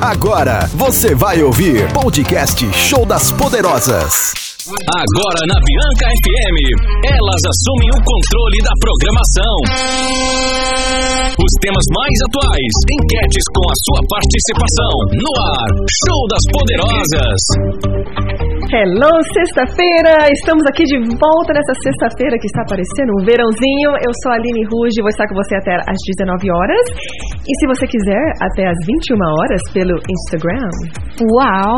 Agora você vai ouvir podcast Show das Poderosas. Agora na Bianca FM, elas assumem o controle da programação. Os temas mais atuais, enquetes com a sua participação. No ar, Show das Poderosas. Hello, sexta-feira! Estamos aqui de volta nessa sexta-feira que está aparecendo um verãozinho. Eu sou a Aline Ruge, vou estar com você até às 19 horas. E se você quiser, até às 21 horas pelo Instagram. Uau!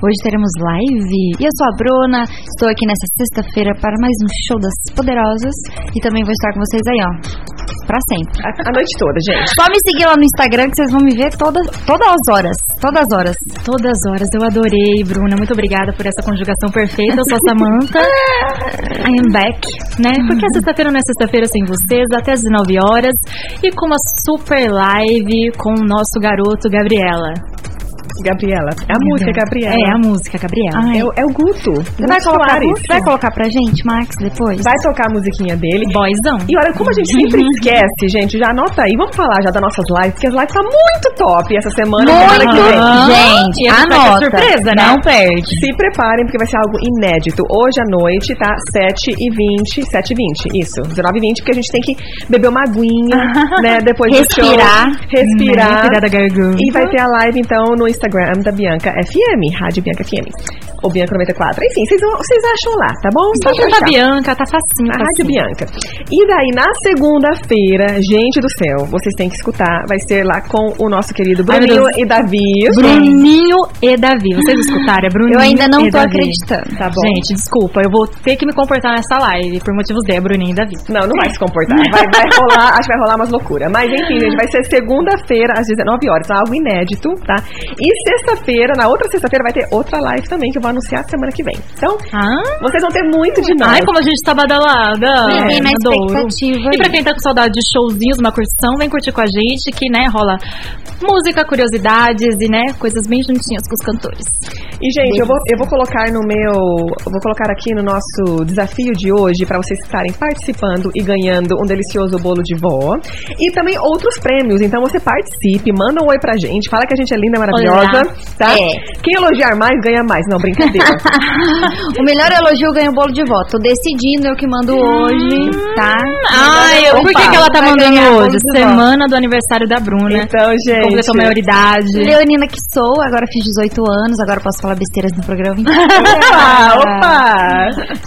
Hoje teremos live. E eu sou a Bruna, estou aqui nessa sexta-feira para mais um show das poderosas. E também vou estar com vocês aí, ó. Pra sempre. A, a noite toda, gente. Só me seguir lá no Instagram que vocês vão me ver toda, todas as horas. Todas as horas. Todas as horas. Eu adorei, Bruna. Muito obrigada obrigada por essa conjugação perfeita. Eu sou a Samanta. I am back, né? Porque a sexta-feira não é sexta-feira sem vocês, até as 19 horas. E com uma super live com o nosso garoto Gabriela. Gabriela. É a Meu música, Deus. Gabriela. É a música, Gabriela. Ai. É, é o Guto. Você vai colocar, Guto? vai colocar pra gente, Max, depois? Vai tocar a musiquinha dele. Boyzão. E olha, como a gente sempre uhum. esquece, gente, já anota aí. Vamos falar já das nossas lives, que as lives tá muito top essa semana. Muito! Uhum. Gente, anota. surpresa, né? Não perde. Se preparem, porque vai ser algo inédito. Hoje à noite, tá? 7h20. 7h20, isso. 19h20, porque a gente tem que beber uma aguinha, né? Depois Respirar. Uhum. do show. Respirar. Respirar da garganta. E vai ter a live, então, no Instagram. Instagram da Bianca FM, Rádio Bianca FM. Ou Bianca 94. Enfim, vocês acham lá, tá bom? Instagram da Então Bianca, tá facinho. A Rádio Bianca. E daí, na segunda-feira, gente do céu, vocês têm que escutar. Vai ser lá com o nosso querido Bruninho Ai, e Davi. Bruninho e Davi. Vocês escutaram? É Bruninho. Eu ainda não tô Davi. acreditando. Tá bom. Gente, desculpa, eu vou ter que me comportar nessa live por motivos de Bruninho e Davi. Não, não vai se comportar. Vai, vai rolar, acho que vai rolar umas loucuras. Mas enfim, gente, vai ser segunda-feira, às 19 horas. Tá algo inédito, tá? E sexta-feira, na outra sexta-feira, vai ter outra live também que eu vou anunciar semana que vem. Então, ah, vocês vão ter muito de nós. Ai, como a gente tá badalada. É, na expectativa. E pra quem tá com saudade de showzinhos, uma curtição, vem curtir com a gente, que, né, rola música, curiosidades e, né, coisas bem juntinhas com os cantores. E, gente, eu vou, eu vou colocar no meu. vou colocar aqui no nosso desafio de hoje para vocês estarem participando e ganhando um delicioso bolo de vó. E também outros prêmios. Então você participe, manda um oi pra gente, fala que a gente é linda, maravilhosa. Olá. tá? É. Quem elogiar mais ganha mais, não brincadeira. o melhor elogio ganha o bolo de voto. Tô decidindo eu que mando hoje, tá? Ai, eu, por que, que ela tá mandando hoje? Semana do aniversário da Bruna. Então, gente. Completou maioridade. Leonina que sou, agora fiz 18 anos, agora posso falar besteiras no programa. opa, opa!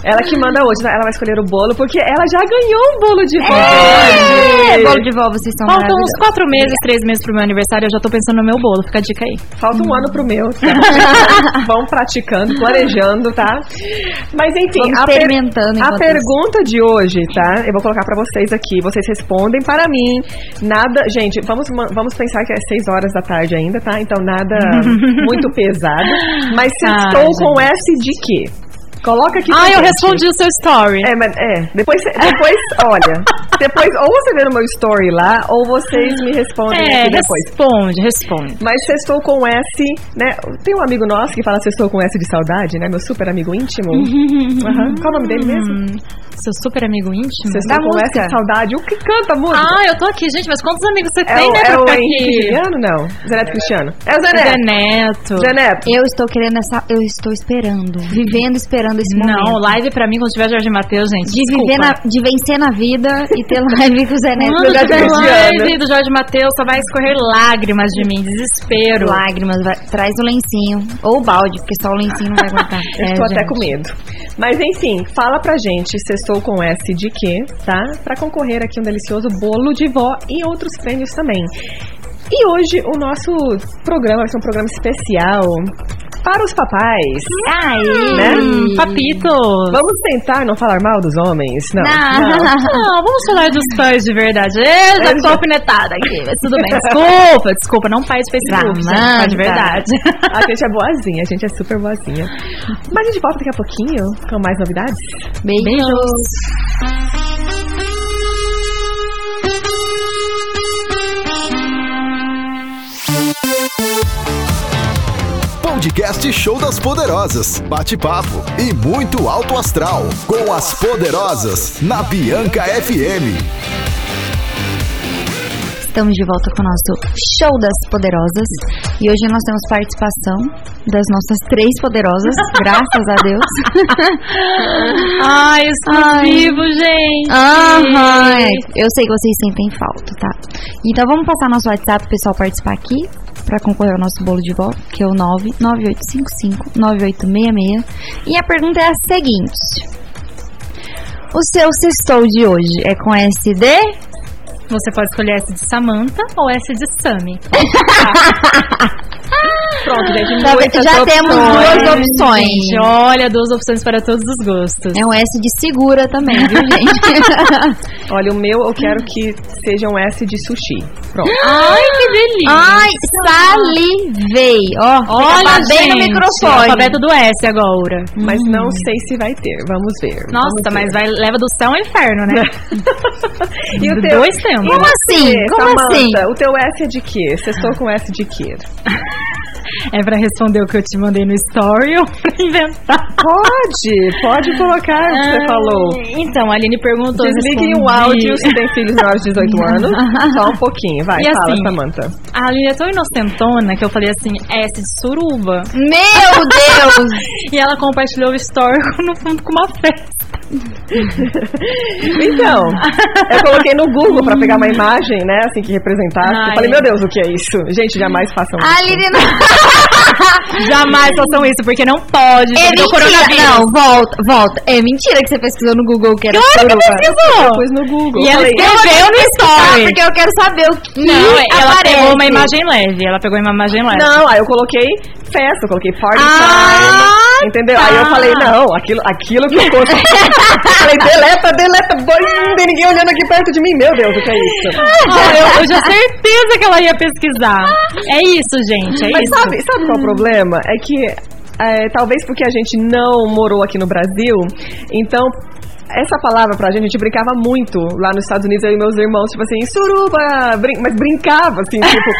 Ela que manda hoje, né? ela vai escolher o bolo porque ela já ganhou um bolo de vó. É! Bolo de vó, vocês estão Faltam uns 4 meses, 3 meses pro meu aniversário, eu já tô pensando no meu bolo, fica a dica aí. Falta um ano pro meu. Tá? Vão praticando, planejando, tá? Mas enfim, Vamos a, experimentando per a pergunta de hoje, tá? Eu vou colocar para vocês aqui. Vocês respondem para mim. Nada. Gente, vamos, vamos pensar que é 6 horas da tarde ainda, tá? Então nada muito pesado. Mas se ah, estou gente. com S de quê? Coloca aqui. Ah, eu gente. respondi o seu story. É, mas é. Depois, depois olha. Depois, ou você vê no meu story lá, ou vocês me respondem é, aqui depois. Responde, responde. Mas se estou com S, né? Tem um amigo nosso que fala se estou com S de saudade, né? Meu super amigo íntimo. uhum. Qual é o nome dele mesmo? Seu super amigo íntimo? Você da música. Essa saudade. O que canta música? Ah, eu tô aqui, gente, mas quantos amigos você é tem, o, né? É o Cristiano, não. Zeneto Cristiano. É o Zeneto. Zeneto. Zeneto. Eu estou querendo essa. Eu estou esperando. Vivendo, esperando esse momento. Não, live pra mim quando tiver Jorge Matheus, gente. De, desculpa. viver na, de vencer na vida e ter live com o Zeneto. Mano, do live do Jorge Matheus só vai escorrer lágrimas de mim, desespero. Lágrimas, vai, traz o lencinho. Ou o balde, porque só o lencinho não vai aguentar. eu é, tô gente. até com medo. Mas enfim, fala pra gente se Estou com S de que, tá? Para concorrer aqui um delicioso bolo de vó e outros prêmios também. E hoje o nosso programa vai ser um programa especial para os papais. Ai, né? Papito. Vamos tentar não falar mal dos homens? Não. Não, não. não vamos falar dos pais de verdade. Eu já tô alfinetada aqui, mas tudo bem. Desculpa, desculpa, não faz Facebook, gente, pai de verdade. É A gente é boazinha, a gente é super boazinha. Mas a gente volta daqui a pouquinho com mais novidades. Beijos. Beijos. podcast Show das Poderosas, bate-papo e muito alto astral com as poderosas na Bianca FM. Estamos de volta com o nosso Show das Poderosas. E hoje nós temos participação das nossas três poderosas, graças a Deus. Ai, exclusivo, gente. Aham, é. eu sei que vocês sentem falta, tá? Então vamos passar nosso WhatsApp pro pessoal participar aqui pra concorrer ao nosso bolo de vó, que é o 99855-9866. E a pergunta é a seguinte: O seu sextou de hoje é com SD? Ah, Você pode escolher essa de Samantha ou essa de Sammy. Pronto, gente. Tá vendo? muitas Já temos opções. duas opções. Gente, olha, duas opções para todos os gostos. É um S de segura também, viu, gente? Olha, o meu eu quero que seja um S de sushi. Pronto. Ah. Ai, que delícia. Ai, salivei. Ó, olha, tá bem Ah, no gente, microfone. Alfabeto do S agora. Hum. Mas não sei se vai ter. Vamos ver. Uhum. Nossa, mas vai, leva do céu ao inferno, né? E o teu? Dois tempos. Como assim? E, Como Samantha, assim? O teu S é de quê? Você estou com S de quê? É pra responder o que eu te mandei no story ou pra inventar? Pode, pode colocar o que você falou. Ah, Então, a Aline perguntou. Desliguem o respondi. áudio se tem filhos menores de 18 anos. Só um pouquinho. Vai, E fala, assim? Samantha. A Aline é tão inocentona que eu falei assim, S de suruba. Meu Deus! E ela compartilhou o story no fundo com uma festa. Então, eu coloquei no Google pra pegar uma imagem, né? Assim, que representasse. Ai. Eu falei, meu Deus, o que é isso? Gente, jamais façam isso. Aline não. Jamais façam isso, porque não pode. É gente, o coronavírus. mentira. Não, volta, volta. É mentira que você pesquisou no Google que era Claro que suruba. pesquisou. Eu pus no Google. E Eu ela falei, escreveu no Ah, story. porque eu quero saber o que Não, ela aparece. pegou uma imagem leve. Ela pegou uma imagem leve. não, aí eu coloquei festa, eu coloquei um party Ah, time. Entendeu? Aí eu tá. falei, não, aquilo, aquilo que eu posto. Eu falei, deleta, deleta, boy, não tem ninguém olhando aqui perto de mim. Meu Deus, o que é isso? Ah, eu, eu já certeza que ela ia pesquisar. É isso, gente. É Mas isso. sabe, sabe qual é o problema? É que é, talvez porque a gente não morou aqui no Brasil, então. Essa palavra pra gente, a gente brincava muito lá nos Estados Unidos, eu e meus irmãos, tipo assim, suruba, brin- mas brincava, assim, tipo,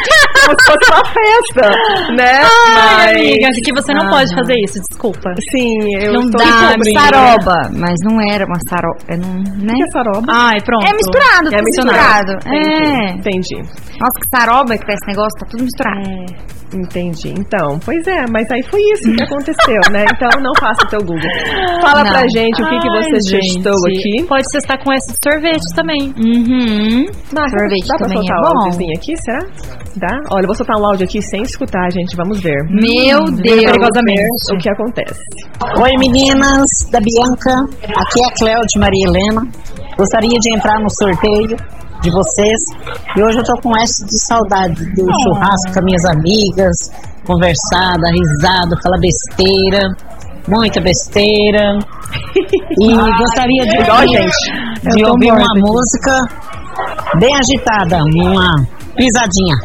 como se fosse uma festa, né? Ai, mas, amiga, que você Ah, não pode fazer isso, desculpa. sim, eu não estou dá, descobrindo. saroba. Mas não era uma saroba. é Não, né? O que é saroba? Ai, pronto. É misturado, É tá tudo misturado. Ah, É. Entendi, entendi. Nossa, que saroba que tá esse negócio, tá tudo misturado. É. Entendi. Então, pois é, mas aí foi isso que aconteceu, né? Então não faça o teu Google. Fala Não. pra gente o que, que Ai, você gente. gestou aqui. Pode cestar com esse sorvete também. Uhum. Nossa, Sorvete dá pra também soltar é o bom. áudiozinho aqui, será? Dá? Olha, eu vou soltar um áudio aqui sem escutar, gente. Vamos ver. Meu Deus. Perigosamente. O que acontece? Oi meninas da Bianca, aqui é a Cléo de Maria Helena. Gostaria de entrar no sorteio de vocês. E hoje eu tô com essa de saudade do Hum. churrasco com minhas amigas, conversar, dar risada, falar besteira, muita besteira. E gostaria de, de ouvir uma música bem agitada, uma pisadinha.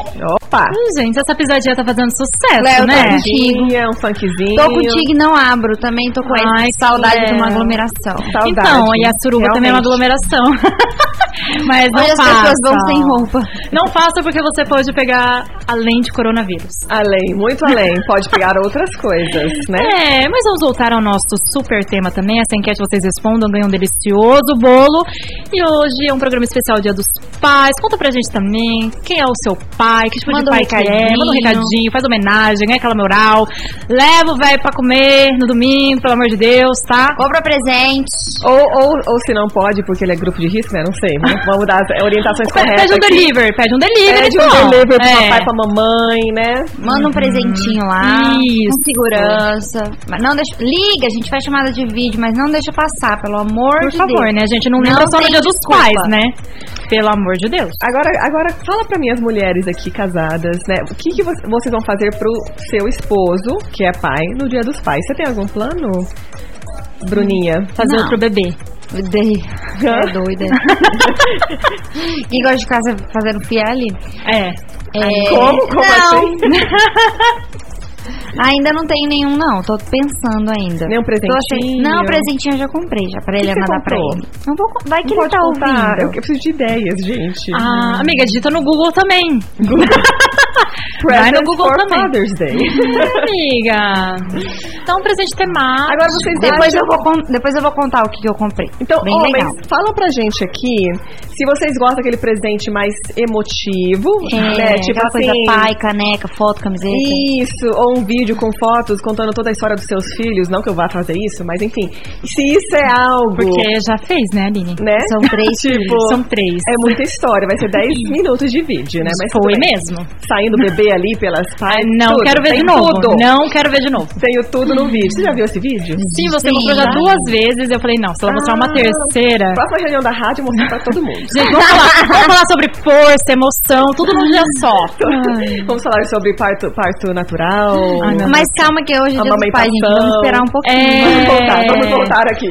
Opa! Hum, gente, essa pisadinha tá fazendo sucesso, Léo, né? tá Funkinha, um funkzinho. Tô contigo e não abro. Também tô com Ai, essa que é. saudade de uma legal. aglomeração. Saudade. Então, e a suruba também é uma Realmente. aglomeração. Mas não Olha, as faça. pessoas vão sem roupa. Não faça porque você pode pegar além de coronavírus. Além, muito além. Pode pegar outras coisas, né? É, mas vamos voltar ao nosso super tema também. Essa enquete vocês respondam, ganham um delicioso bolo. E hoje é um programa especial Dia dos Pais. Conta pra gente também quem é o seu pai, que tipo Manda de um pai que é. Manda um recadinho. recadinho, faz homenagem, ganha aquela moral. Leva o velho pra comer no domingo, pelo amor de Deus, tá? Compra presente. Ou, ou, ou se não pode, porque ele é grupo de risco, né? Não sei. Vamos- Vamos dar as orientações corretas. é, Pede tá um delivery, pede um delivery. Pede um então. delivery pro É. papai e pra mamãe, né? Manda um presentinho lá, Isso. com segurança. Mas não deixa, liga, a gente faz chamada de vídeo, mas não deixa passar, pelo amor Por de favor, Deus. né? A gente não Não lembra só no tem dia dos desculpa. pais, né? Pelo amor de Deus. Agora, agora fala pra mim as mulheres aqui casadas, né? O que, que vo- vocês vão fazer pro seu esposo, que é pai, no dia dos pais? Você tem algum plano? Bruninha. Fazer Não. outro bebê. Dei. É doida. Quem gosta de casa fazendo fiele? É. É, Como? Como não, assim? Ainda não tenho nenhum, não. Tô pensando ainda. um Nenhum Tô achando- presentinho? Não, presentinho eu já comprei, já pra Helena você dar pra comprou? ele. Não vou, co- vai que Não ele tá contar. Eu, ouvindo. Ah, eu preciso de ideias, gente. Ah, amiga, digita no Google também. Vai no present Google for também. Father's Day. Amiga. Então, um presente temático. É, Agora vocês Depois acham... eu, vou, con- depois eu vou contar o que que eu comprei. Então, Bem homens, legal. falam pra gente aqui se vocês gostam daquele presente mais emotivo, né? É, Tipo aquela assim, coisa pai, caneca, foto, camiseta. Isso, ou um vídeo com fotos contando toda a história dos seus filhos, não que eu vá fazer isso, mas enfim, se isso é algo, Porque já fez, né, Aline? né? São três tipo, São três. é muita história, vai ser 10 minutos de vídeo, né? Mas tudo Foi bem. mesmo. Saindo o bebê ali pelas Ah, partes. Não tudo, quero ver tem de novo. Tudo. Não quero ver de novo. Tenho tudo no vídeo. Você já viu esse vídeo? Sim, você Sim, mostrou já já. duas vezes. Eu falei, não, se ela mostrar uma Ah. terceira. Próxima reunião da rádio, eu vou mostrar pra todo mundo. Gente, vamos falar, vamos falar sobre força, emoção, tudo num dia só. Vamos falar sobre parto, parto natural. Ai, meu Mas calma que hoje é dia dos pais, gente. Amamentação. Vamos esperar um pouquinho. É. Vamos voltar, vamos voltar aqui.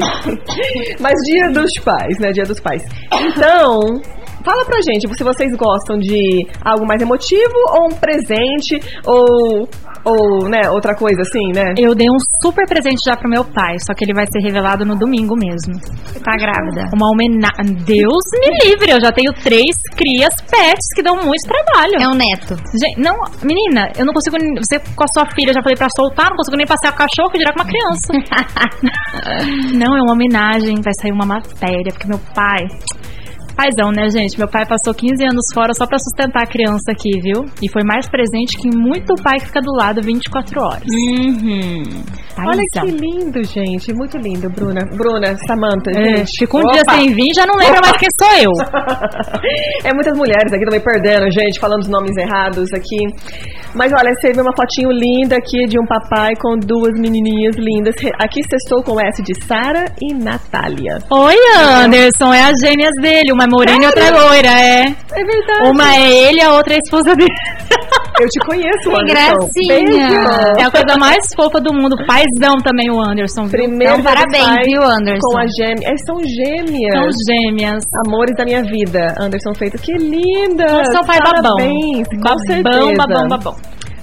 Mas dia dos pais, né? Dia dos pais. Então, fala pra gente se vocês gostam de algo mais emotivo ou um presente ou, ou né, outra coisa assim, né? Eu dei um super presente já pro meu pai, só que ele vai ser revelado no domingo mesmo. Tá grávida. Uma homenagem. Deus me livre, eu já tenho três crias pets que dão muito trabalho. É um neto. Gente, não, menina, eu não consigo. nem- Você com a sua filha, já falei pra soltar, não consigo nem passear com o cachorro, dirá com uma criança. não, é uma homenagem, vai sair uma matéria, porque meu pai. Paizão, né, gente? Meu pai passou 15 anos fora só pra sustentar a criança aqui, viu? E foi mais presente que muito pai que fica do lado 24 horas. Uhum. Olha Paizão. que lindo, gente. Muito lindo, Bruna. Bruna, Samanta, É, gente. fica um dia Opa! sem vir, já não lembra mais quem sou eu. É muitas mulheres aqui também perdendo, gente, falando os nomes errados aqui. Mas olha, você viu uma fotinho linda aqui de um papai com duas menininhas lindas. Re- Aqui estou com S de Sara e Natália. Oi, Tá Anderson, é as gêmeas dele. Uma é morena e outra é loira, é. É verdade. Uma é ele, a outra é a esposa dele. Eu te conheço, Que Anderson. gracinha. Beijo. É a coisa mais fofa do mundo. Paizão também, o Anderson. Viu? Primeiro Então, parabéns, pai viu, Anderson? Com a gêmea. Elas são gêmeas. São gêmeas. Amores da minha vida, Anderson Freitas. Que linda! São pai babão. Parabéns, com Babão, certeza. babão, babão.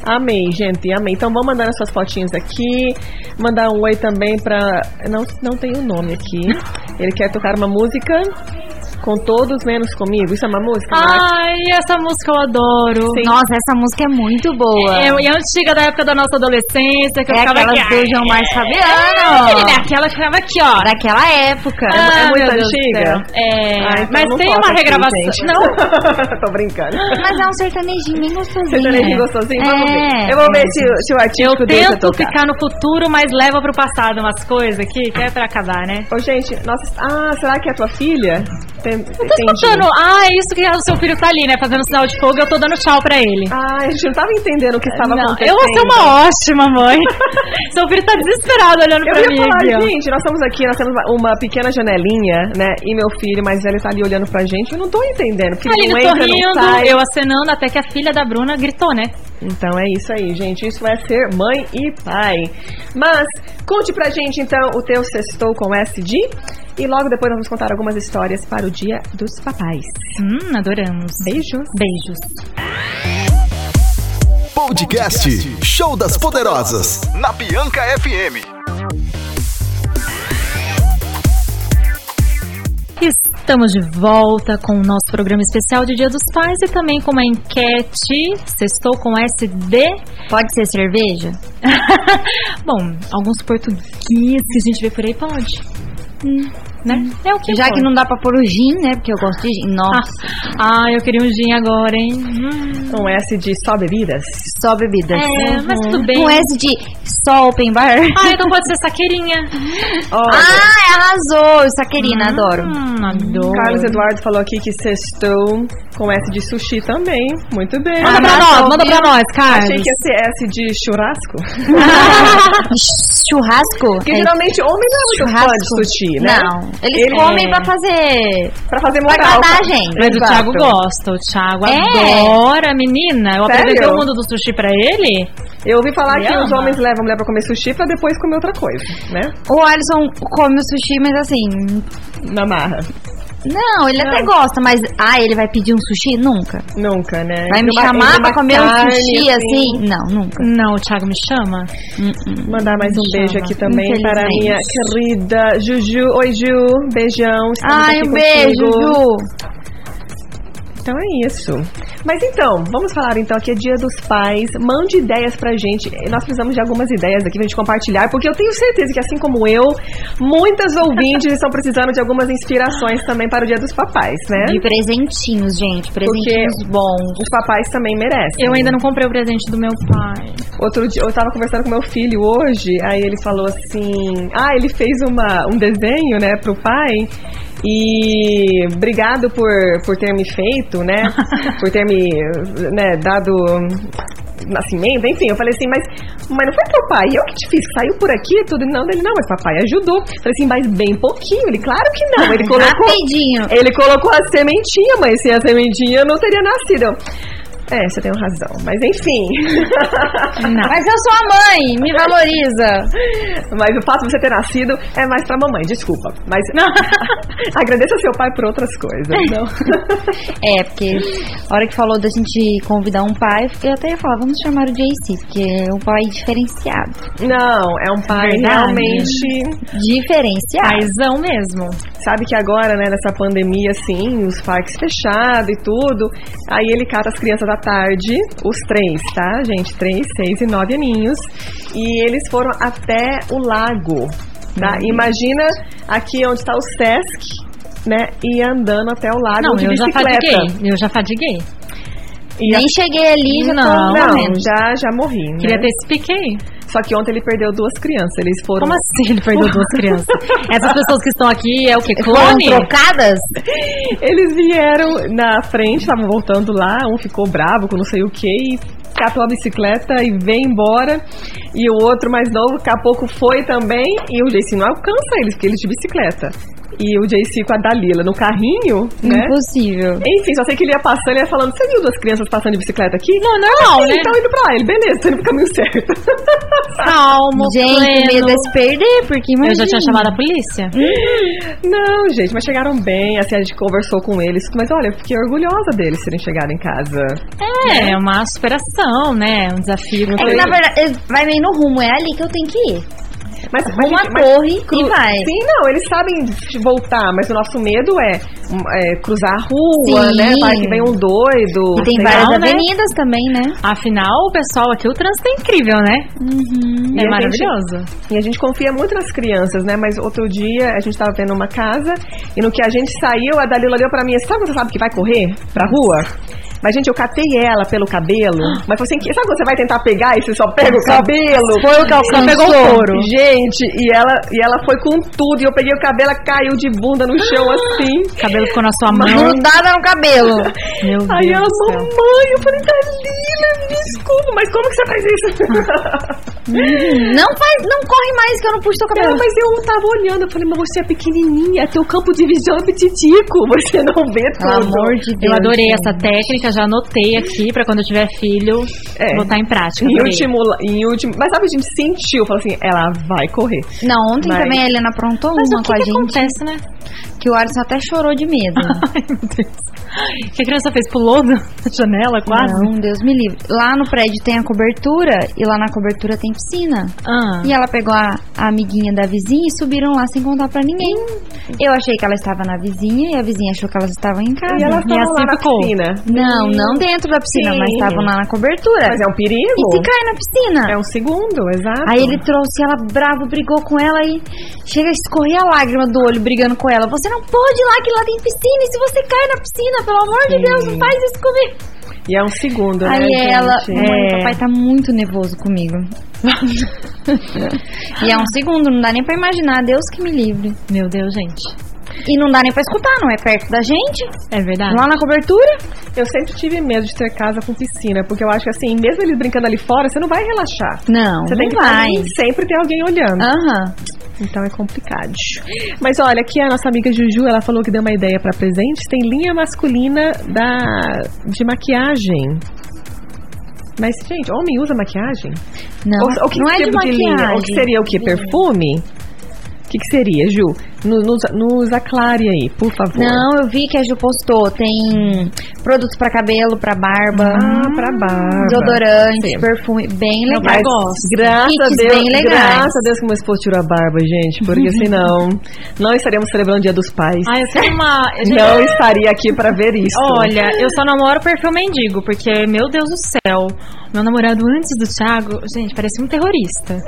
Amei, gente, amei. Então vamos mandar as suas fotinhas aqui. Mandar um oi também pra. Não, não tem o nome aqui. Ele quer tocar uma música com todos menos comigo. Isso é uma música? Max? Ai, essa música eu adoro. Nossa, essa música é muito boa. É, e é antiga da época da nossa adolescência, que eu É ficava aquelas aqui. do João Marcos Ah, menina, Fabiano. aquela que ficava aqui, ó. Daquela época. é Ah, muito meu Deus do antiga? céu. É, Ah, então mas não tem toca uma aqui, regravação. gente. não, Tô brincando. Mas é um sertanejinho bem gostosinho. Sertanejo né? gostosinho? É. Vamos ver. Eu vou ver se, o- se o eu artístico deixa tento tocar. ficar no futuro, mas leva pro passado umas coisas aqui, que é pra acabar, né? Ô, gente, nossa. Ah, será que é a tua filha? Tem, Tô escutando, ah, é isso que o seu filho tá ali, né? Fazendo sinal de fogo, eu tô dando tchau pra ele. Ah, a gente não tava entendendo o que estava Não, acontecendo. eu vou ser uma ótima mãe. Seu filho tá desesperado olhando Eu pra ia mim falar, aqui, ó. gente, nós estamos aqui, nós temos uma- uma pequena janelinha, né? E meu filho mais velho tá ali olhando pra gente. Eu não tô entendendo. Porque ele Aline não entra, não sai. Tá sorrindo, eu acenando até que a filha da Bruna gritou, né? Então é isso aí, gente. Isso vai ser mãe e pai. Mas conte pra gente, então, o teu sextou com S de... E logo depois nós vamos contar algumas histórias para o Dia dos Papais. Hum, adoramos. Beijos! Beijos. Podcast Show das Poderosas. Na Bianca FM. Estamos de volta com o nosso programa especial de Dia dos Pais e também com uma enquete. Sextou com SD. Pode ser cerveja? Bom, alguns portugueses que a gente vê por aí pode. Hum, né? É o que Já que não. não dá pra pôr o gin, né? Porque eu gosto de gin. Nossa, Ah, eu queria um gin agora, hein? Hum. Com S de só bebidas. só bebida. Ah, Uhum. É, mas tudo bem. Com S de só open bar. Ah, então pode ser saqueirinha. Olha, Ah, arrasou! Saquerina, adoro. Hum, adoro. Carlos Eduardo falou aqui que sextou com S de sushi também. Muito bem. Manda pra Arrasou, nós, manda pra nós, Achei Carlos. que ia ser S de churrasco. Churrasco? Porque É geralmente homem não é muito fã de sushi, né? Não, eles Ele- é. comem pra fazer. Pra fazer pra moral. agradar a gente. Mas o Exato. Thiago gosta, o Thiago É. adora, menina. Eu Sério? apresentei o mundo do sushi pra ele. Eu ouvi falar Ele que os ama. homens levam a mulher pra comer sushi pra depois comer outra coisa, né? O Alisson come o sushi, mas assim. Na marra. Não, ele até gosta, mas. Ah, ele vai pedir um sushi? Nunca. Nunca, né? Vai me Uma- chamar uma pra comer um carne, sushi assim? Não, nunca. Não, o Thiago me chama. Mandar mais um Me beijo chama, aqui também para a infelizmente. minha querida Juju. Oi, Ju. Beijão. estamos Ai, aqui um beijo, contigo. Ju. Então é isso. Mas então, vamos falar então aqui é Dia dos Pais. Mande ideias pra gente. Eh, Nós precisamos de algumas ideias aqui pra gente compartilhar, porque eu tenho certeza que assim como eu, muitas ouvintes estão precisando de algumas inspirações também para o Dia dos Papais, né? De presentinhos, gente. Presentinhos bons. Os papais também merecem. Eu ainda não comprei o presente do meu pai. Outro dia, eu tava conversando com meu filho hoje, aí ele falou assim: Ah, ele fez uma, um desenho, né, pro pai. E obrigado por, por ter me feito, né? Por ter me né, dado nascimento, enfim, eu falei assim, mas, mas não foi teu pai, eu que te fiz, saiu por aqui e tudo, não, dele não, mas papai ajudou, falei assim, mas bem pouquinho, ele, claro que não, ele colocou, Rapidinho. ele colocou a sementinha, mas sem a sementinha eu não teria nascido, Eu, é, você tem razão, mas enfim, Mas eu sou a mãe, me valoriza. Mas o fato de você ter nascido é mais pra mamãe, desculpa. Mas agradeça ao seu pai por outras coisas. Não. É, porque a hora que falou da gente convidar um pai, eu até ia falar, vamos chamar o JC, porque é um pai diferenciado. Não, é um pai Verdade. realmente. Ah. Diferenciado. Paizão mesmo. Sabe que agora, né, nessa pandemia, assim, os parques fechados e tudo. Aí ele cata as crianças à tarde, os três, tá, gente? Três, seis e nove aninhos. E eles foram até o lago. Tá? Imagina aqui onde está o Sesc. Né, e Tá andando até o lago Não, de eu já bicicleta. fadiguei. Eu já fadiguei. E Nem cheguei ali, já Não, tô Então, Não, morrendo. já, já morri. né? Queria ter esse pique aí. Só que ontem ele perdeu duas crianças. Eles foram. Como assim ele perdeu duas crianças? Essas pessoas que estão aqui é o quê? Foram Clone? trocadas? assim? Eles vieram na frente, estavam voltando lá. Um ficou bravo com não sei o que e catou a bicicleta e veio embora. E o outro mais novo, daqui a pouco foi também. E o JC não alcança eles, porque eles de bicicleta. E o JC com a Dalila no carrinho, É. né? Uhum. Impossível. Enfim, só sei que ele ia passando e ia falando: Você viu duas crianças passando de bicicleta aqui? Não, normal, né? Então indo pra lá. Ele, beleza, tá indo pro caminho certo. Calmo, Gente, pleno. medo é se perder, porque imagina. Eu já tinha chamado a polícia. Não, gente, mas chegaram bem, assim, a gente conversou com eles. Mas olha, eu fiquei orgulhosa deles terem chegado em casa. É, é uma superação, né? Um desafio. É que na verdade, ele vai meio no rumo, é ali que eu tenho que ir. Mas, mas, Rumo à gente, mas- torre cru- Um e vai. Sim, não, eles sabem voltar, mas o nosso medo é, hum, é, cruzar a rua, Sim. né? Vai que vem um doido. E tem sei várias lá. né? avenidas também, né? Afinal, o pessoal aqui, o trânsito é incrível, né? Uhum. E a É gente- maravilhoso. E a gente confia muito nas crianças, né? Mas outro dia a gente tava vendo uma casa e no que a gente saiu, a Dalila olhou pra mim assim, sabe quando você sabe que vai correr pra rua? Mas, gente, eu catei ela pelo cabelo. Mas falei assim, que- sabe quando você vai tentar pegar e você só pega o cabelo? Foi o calção, pegou o só. couro. Gente, e ela, e ela foi com tudo. E eu peguei o cabelo, ela caiu de bunda no chão assim. O cabelo ficou na sua mão. Grudada no cabelo. Meu Deus Aí ela, do céu. mamãe, eu falei, Dalila, desculpa, mas como que você faz isso? Não faz, não corre mais que eu não puxo teu Não, cabelo. mas eu tava olhando, eu falei, mas você é pequenininha, teu campo de visão é petitico, você não vê tudo. Pelo amor de Deus. Eu adorei gente. essa técnica, já anotei aqui pra quando eu tiver filho É. botar em prática. Em adorei. último, em último, mas sabe, a gente sentiu, falou assim, ela vai correr. Não, ontem Mas- também a Helena aprontou Mas uma o que, com a que gente acontece, né? que o Alisson até chorou de medo. Ai, meu Deus. O que a criança fez? Pulou na janela quase? Não, Deus me livre. Lá no prédio tem a cobertura e lá na cobertura tem piscina. Ah. E ela pegou a, a amiguinha da vizinha e subiram lá sem contar pra ninguém. Eu achei que ela estava na vizinha e a vizinha achou que elas estavam em casa. Ah, E ela E estava assim lá na ficou. piscina. Não, não dentro da piscina, Sim. mas estavam lá na cobertura. Mas é um E perigo. se cai na piscina? É um segundo, exato. Aí ele trouxe ela bravo, brigou com ela e chega a escorrer a lágrima do olho brigando com ela. Você não pode ir lá que lá tem piscina e se você cai na piscina, pelo amor de Sim. Deus, não faz isso comigo. E é um segundo, né, Aí gente? ela, mãe, É. papai tá muito nervoso comigo. e é um segundo, não dá nem pra imaginar, Deus que me livre. Meu Deus, gente. E não dá nem pra escutar, não é perto da gente, É verdade. lá na cobertura. Eu sempre tive medo de ter casa com piscina, porque eu acho que assim, mesmo eles brincando ali fora, você não vai relaxar. Não, Você não tem que estar vai. Ah. ali, sempre ter alguém olhando. Aham. Então é complicado. Mas olha, aqui a nossa amiga Juju, ela falou que deu uma ideia pra presente. Tem linha masculina da de maquiagem. Mas, gente, homem usa maquiagem? Não, ou, ou que não é tipo de maquiagem. linha? Ou que seria o que? Perfume? O que, que seria, Ju? No- Nos, nos aclare aí, por favor. Não, eu vi que a Ju postou. Tem produtos pra cabelo, pra barba. Ah, pra barba. Desodorante, Sim. perfume. Bem Não, legal. mas Graças a Kits Deus. bem legais. Graças a Deus que meu esposo tirou a barba, gente. Porque senão, não estaríamos celebrando o Dia dos Pais. Ai, eu tenho uma. não estaria aqui pra ver isso. Olha, eu só namoro perfil mendigo, porque, meu Deus do céu, meu namorado antes do Thiago, gente, parecia um terrorista.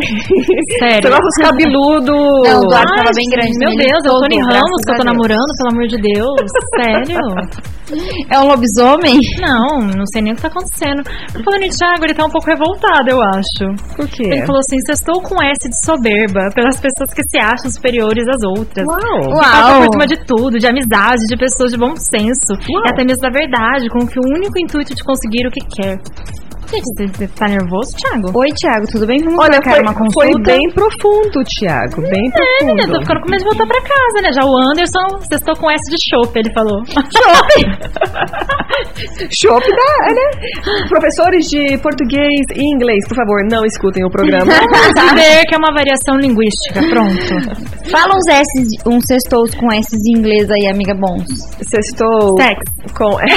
Sério. Você gosta dos cabeludos. Não, do lado Ai, tava bem grande. Meu nele Deus, é o todo, Tony graças Ramos que eu a tô Deus. namorando, pelo amor de Deus. Sério? É um lobisomem? Não, não sei nem o que tá acontecendo. Falando em Thiago, ele tá um pouco revoltado, eu acho. Por quê? Ele falou assim: "Se eu estou com S de soberba pelas pessoas que se acham superiores às outras. Uau. Que passam Uau. por cima de tudo, de amizade, de pessoas de bom senso. E até mesmo da verdade, com que o único intuito de conseguir o que quer. Gente, você- você tá nervoso, Thiago? Oi, Thiago, tudo bem? Vamos Olha, marcar foi, uma consulta? foi bem profundo, Tiago. Bem É, profundo. menina, eu tô ficando com medo de voltar pra casa, né? Já o Anderson, vocês estão com S de chope, ele falou. É. Chopp da, né? Professores de português e inglês, por favor, não escutem o programa. Saber que é uma variação linguística, pronto. Fala uns S, uns sextous com S em inglês aí, amiga bons. Sextou Sex. com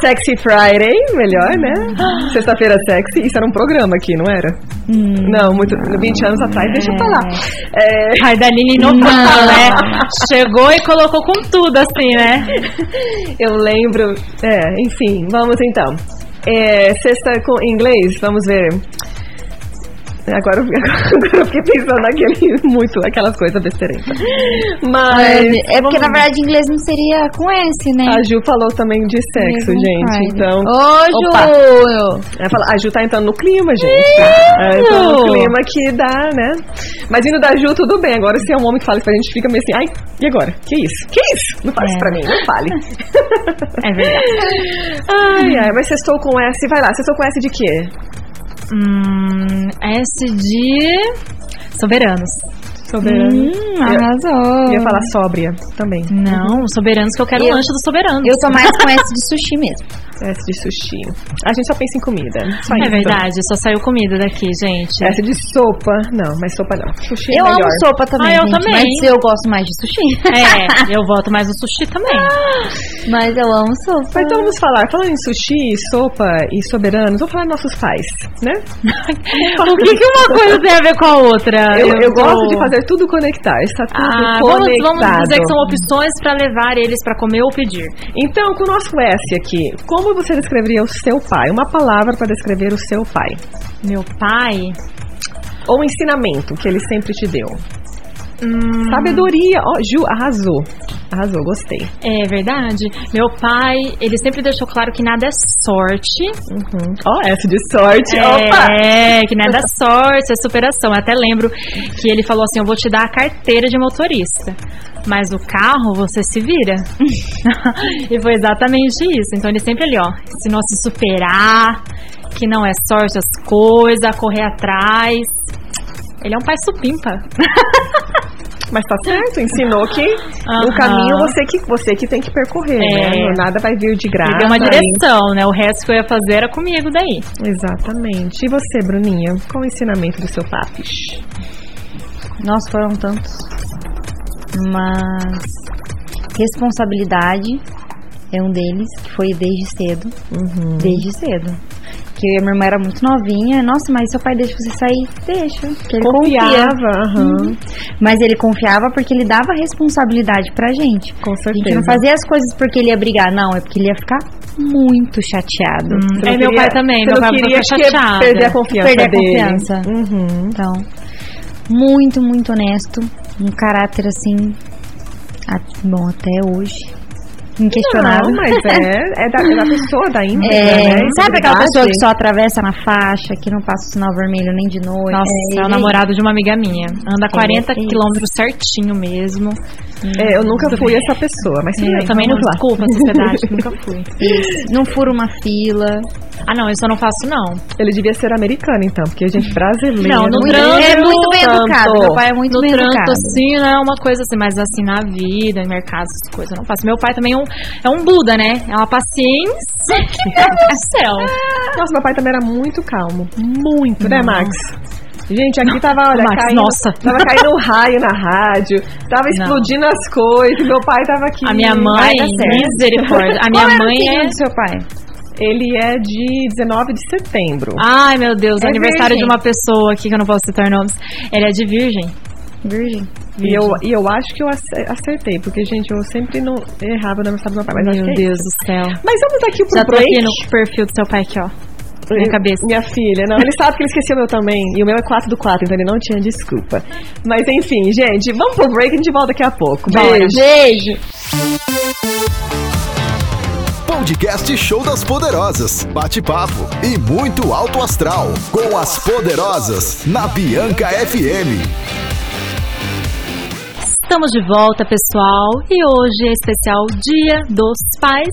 Sexy Friday, melhor, né? Sexta-feira sexy. Isso era um programa aqui, não era? Hum. não, muito 20 anos atrás, deixa eu falar. É, Ai, Danine inovando, né? Chegou e colocou com tudo, assim, né? É, eu lembro. É, enfim, vamos então. É, sexta com inglês, vamos ver. Agora, eu- agora eu fiquei pensando naquele muito, aquelas coisas besteirentas. Mas. É, é porque na verdade inglês não seria com S, né? A Ju falou também de sexo, Ah, Mesmo gente. Friday. Então. Ô, Ju! Opa. Ela fala, a Ju tá entrando no clima, gente. É, entrando no clima que dá, né? Mas indo da Ju, tudo bem. Agora, se é um homem que fala isso pra gente, fica meio assim, ai, e agora? Que isso? Que isso? Não fale isso pra mim, não fale. É verdade. ai, ai, mas sextou com S, vai lá, sextou com S de quê? Hum, S de. Soberanos. Soberanos. Hum, arrasou. Eu ia falar sóbria também. Não, soberanos que eu quero o lanche do soberano. Eu tô mais com S de sushi mesmo. S de sushi. A gente só pensa em comida. Só É isso. verdade, só saiu comida daqui, gente. S de sopa. Não, mas sopa não. Sushi é Eu melhor. amo sopa também, Ah, eu gente, também. mas eu gosto mais de sushi. É, eu voto mais no sushi também. Ah, mas eu amo sopa. Mas então vamos falar, falando em sushi, sopa e soberanos, vamos falar dos nossos pais, né? O que, que uma coisa tem a ver com a outra? Eu, eu tô- gosto de fazer tudo conectar, está tudo Ah, vamos, conectado. vamos dizer que é são opções pra levar eles pra comer ou pedir. Então, com o nosso S aqui, como você descreveria o seu pai? Uma palavra para descrever o seu pai. Meu pai. Ou um ensinamento que ele sempre te deu. Hum. Sabedoria. Ó, Ju, arrasou. Arrasou, gostei. É verdade. Meu pai, ele sempre deixou claro que nada é sorte. Uhum. Ó, S de sorte. Opa! É, que nada é sorte, é superação. Eu até lembro que ele falou assim: Eu vou te dar a carteira de motorista. Mas o carro você se vira. e foi exatamente isso. Então ele sempre ali, ó, ensinou a se superar, que não é sorte as coisas, a correr atrás. Ele é um pai supimpa. Mas tá certo, ensinou que o Aham. caminho você que, você que tem que percorrer, É. né? Nada vai vir de graça. Ele deu uma tá aí. direção, né? O resto que eu ia fazer era comigo daí. Exatamente. E você, Bruninha, qual o ensinamento do seu papis? Nossa, foram tantos. Mas responsabilidade é um deles, que foi desde cedo. Desde cedo. Que eu e a minha irmã era muito novinha. Nossa, mas seu pai deixa você sair? Deixa. Que ele confia. Confiava, aham. Mas ele confiava porque ele dava responsabilidade pra gente. Com A gente certeza. não fazia as coisas porque ele ia brigar, não, é porque ele ia ficar muito chateado. Você não É, meu pai também, você meu não pai queria fica que- chateado. perder a confiança Perder a dele. confiança. Uhum. Então, muito, muito honesto. Um caráter assim. a- bom, até hoje. Inquestionável. Não, mas é, é da, é da pessoa, da íntegra, É, né? sabe aquela Integridade. pessoa que só atravessa na faixa, que não passa o sinal vermelho nem de noite? Nossa, é, o ele- namorado de uma amiga minha. Anda 40 é isso. quilômetros certinho mesmo. É, eu nunca fui essa pessoa, mas tudo É, eu bem, também não. vamos lá. Desculpa, sociedade, nunca fui. Não fura uma fila. Ah, não, isso eu não faço, não. Ele devia ser americano, então, porque a gente brasileiro... Não, no Muito- trânsito, é muito bem educado. tanto. Meu pai é muito No bem trânsito, educado. assim, né? Uma coisa assim, mas assim, na vida, em mercado, essas coisas, eu não faço. Meu pai também é um, é um Buda, né? É uma paciência. que, Meu Deus do céu. Nossa, meu pai também era muito calmo. Muito, né, Max? Gente, aqui tava, olha, Max, caindo, nossa. tava caindo um raio na rádio, tava explodindo as coisas, meu pai tava aqui. A minha Vai mãe, dar certo. misericórdia. A minha Qual era o mãe signo é. do seu pai? Ele é de 19 de setembro. Ai, meu Deus, É aniversário de virgem. uma pessoa aqui que eu não posso citar nomes. Ela é de virgem. Virgem. E eu, e eu acho que eu ace- acertei, porque, gente, eu sempre não errava na mensagem do meu pai, mas eu acho meu que é Deus isso. do céu. Mas vamos aqui pro Já Um tô break. aqui no perfil do seu pai aqui, ó. minha cabeça. Minha filha, não. Ele sabe que ele esqueceu o meu também. E o meu é 4 do 4, então ele não tinha desculpa. Mas enfim, gente, vamos pro break e a gente volta daqui a pouco. Beijo. Podcast Show das Poderosas. Bate-papo e muito alto astral. Com as Poderosas, na Bianca FM. Estamos de volta, pessoal, e hoje é especial Dia dos Pais.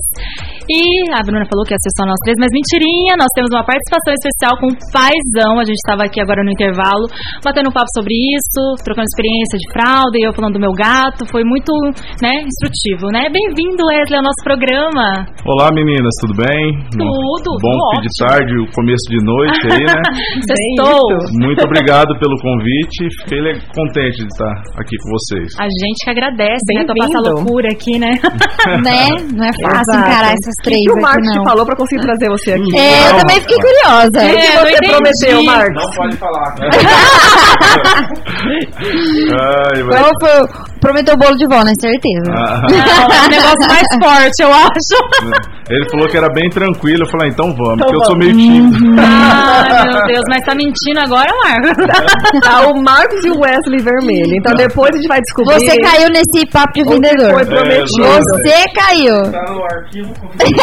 E a Bruna falou que ia ser só nós três, mas mentirinha, nós temos uma participação especial com o paizão. A gente estava aqui agora no intervalo, batendo um papo sobre isso, trocando experiência de fralda e eu falando do meu gato. Foi muito, né, instrutivo, né? Bem-vindo, Wesley, ao nosso programa. Olá meninas, tudo bem? Tudo, Bom tudo fim de tarde, o começo de noite aí, né? Sextou. Muito obrigado pelo convite, fiquei le- contente de estar aqui com vocês. A gente que agradece, né, toda essa Bem-vindo. loucura aqui, né? né? Não é Ah, fácil Exato. encarar essas O três que o aqui, Marcos te não. falou pra conseguir trazer você aqui? É, eu também fiquei curiosa. É, O que não você prometeu, entendi. Marcos? pode falar. né? Ai, vai. Então, foi- prometeu o bolo de vó, né? Certeza. Ah, É um negócio mais forte, eu acho. ele falou que era bem tranquilo, eu falei, ah, então vamos, porque eu sou meio tímido. Ai, meu Deus, mas tá mentindo agora, Marco? Tá, o Marcos e o Wesley vermelho. Então depois a gente vai descobrir. Você caiu nesse papo de o que foi vendedor. prometido. É, Você caiu. Tá no arquivo comigo.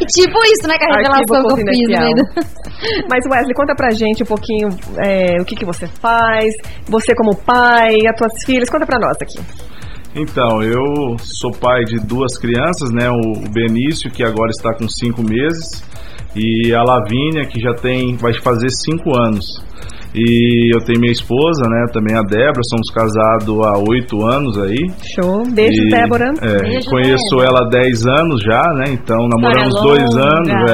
E tipo isso, né? Com a Arquivo revelação que eu fiz. né? no confidencial. meio do- Mas Wesley, conta pra gente um pouquinho é, o que, que você faz, você como pai, as tuas filhas, conta pra nós aqui. Então, eu sou pai de duas crianças, né? O o Benício, que agora está com cinco meses, e a Lavínia, que já tem, vai fazer cinco anos. E eu tenho minha esposa, né? Também a Débora, somos casados há oito anos aí. Show. Beijo, E, Débora. é, Beijo, conheço ela há 10 anos já, né? Então namoramos né? longa. dois anos.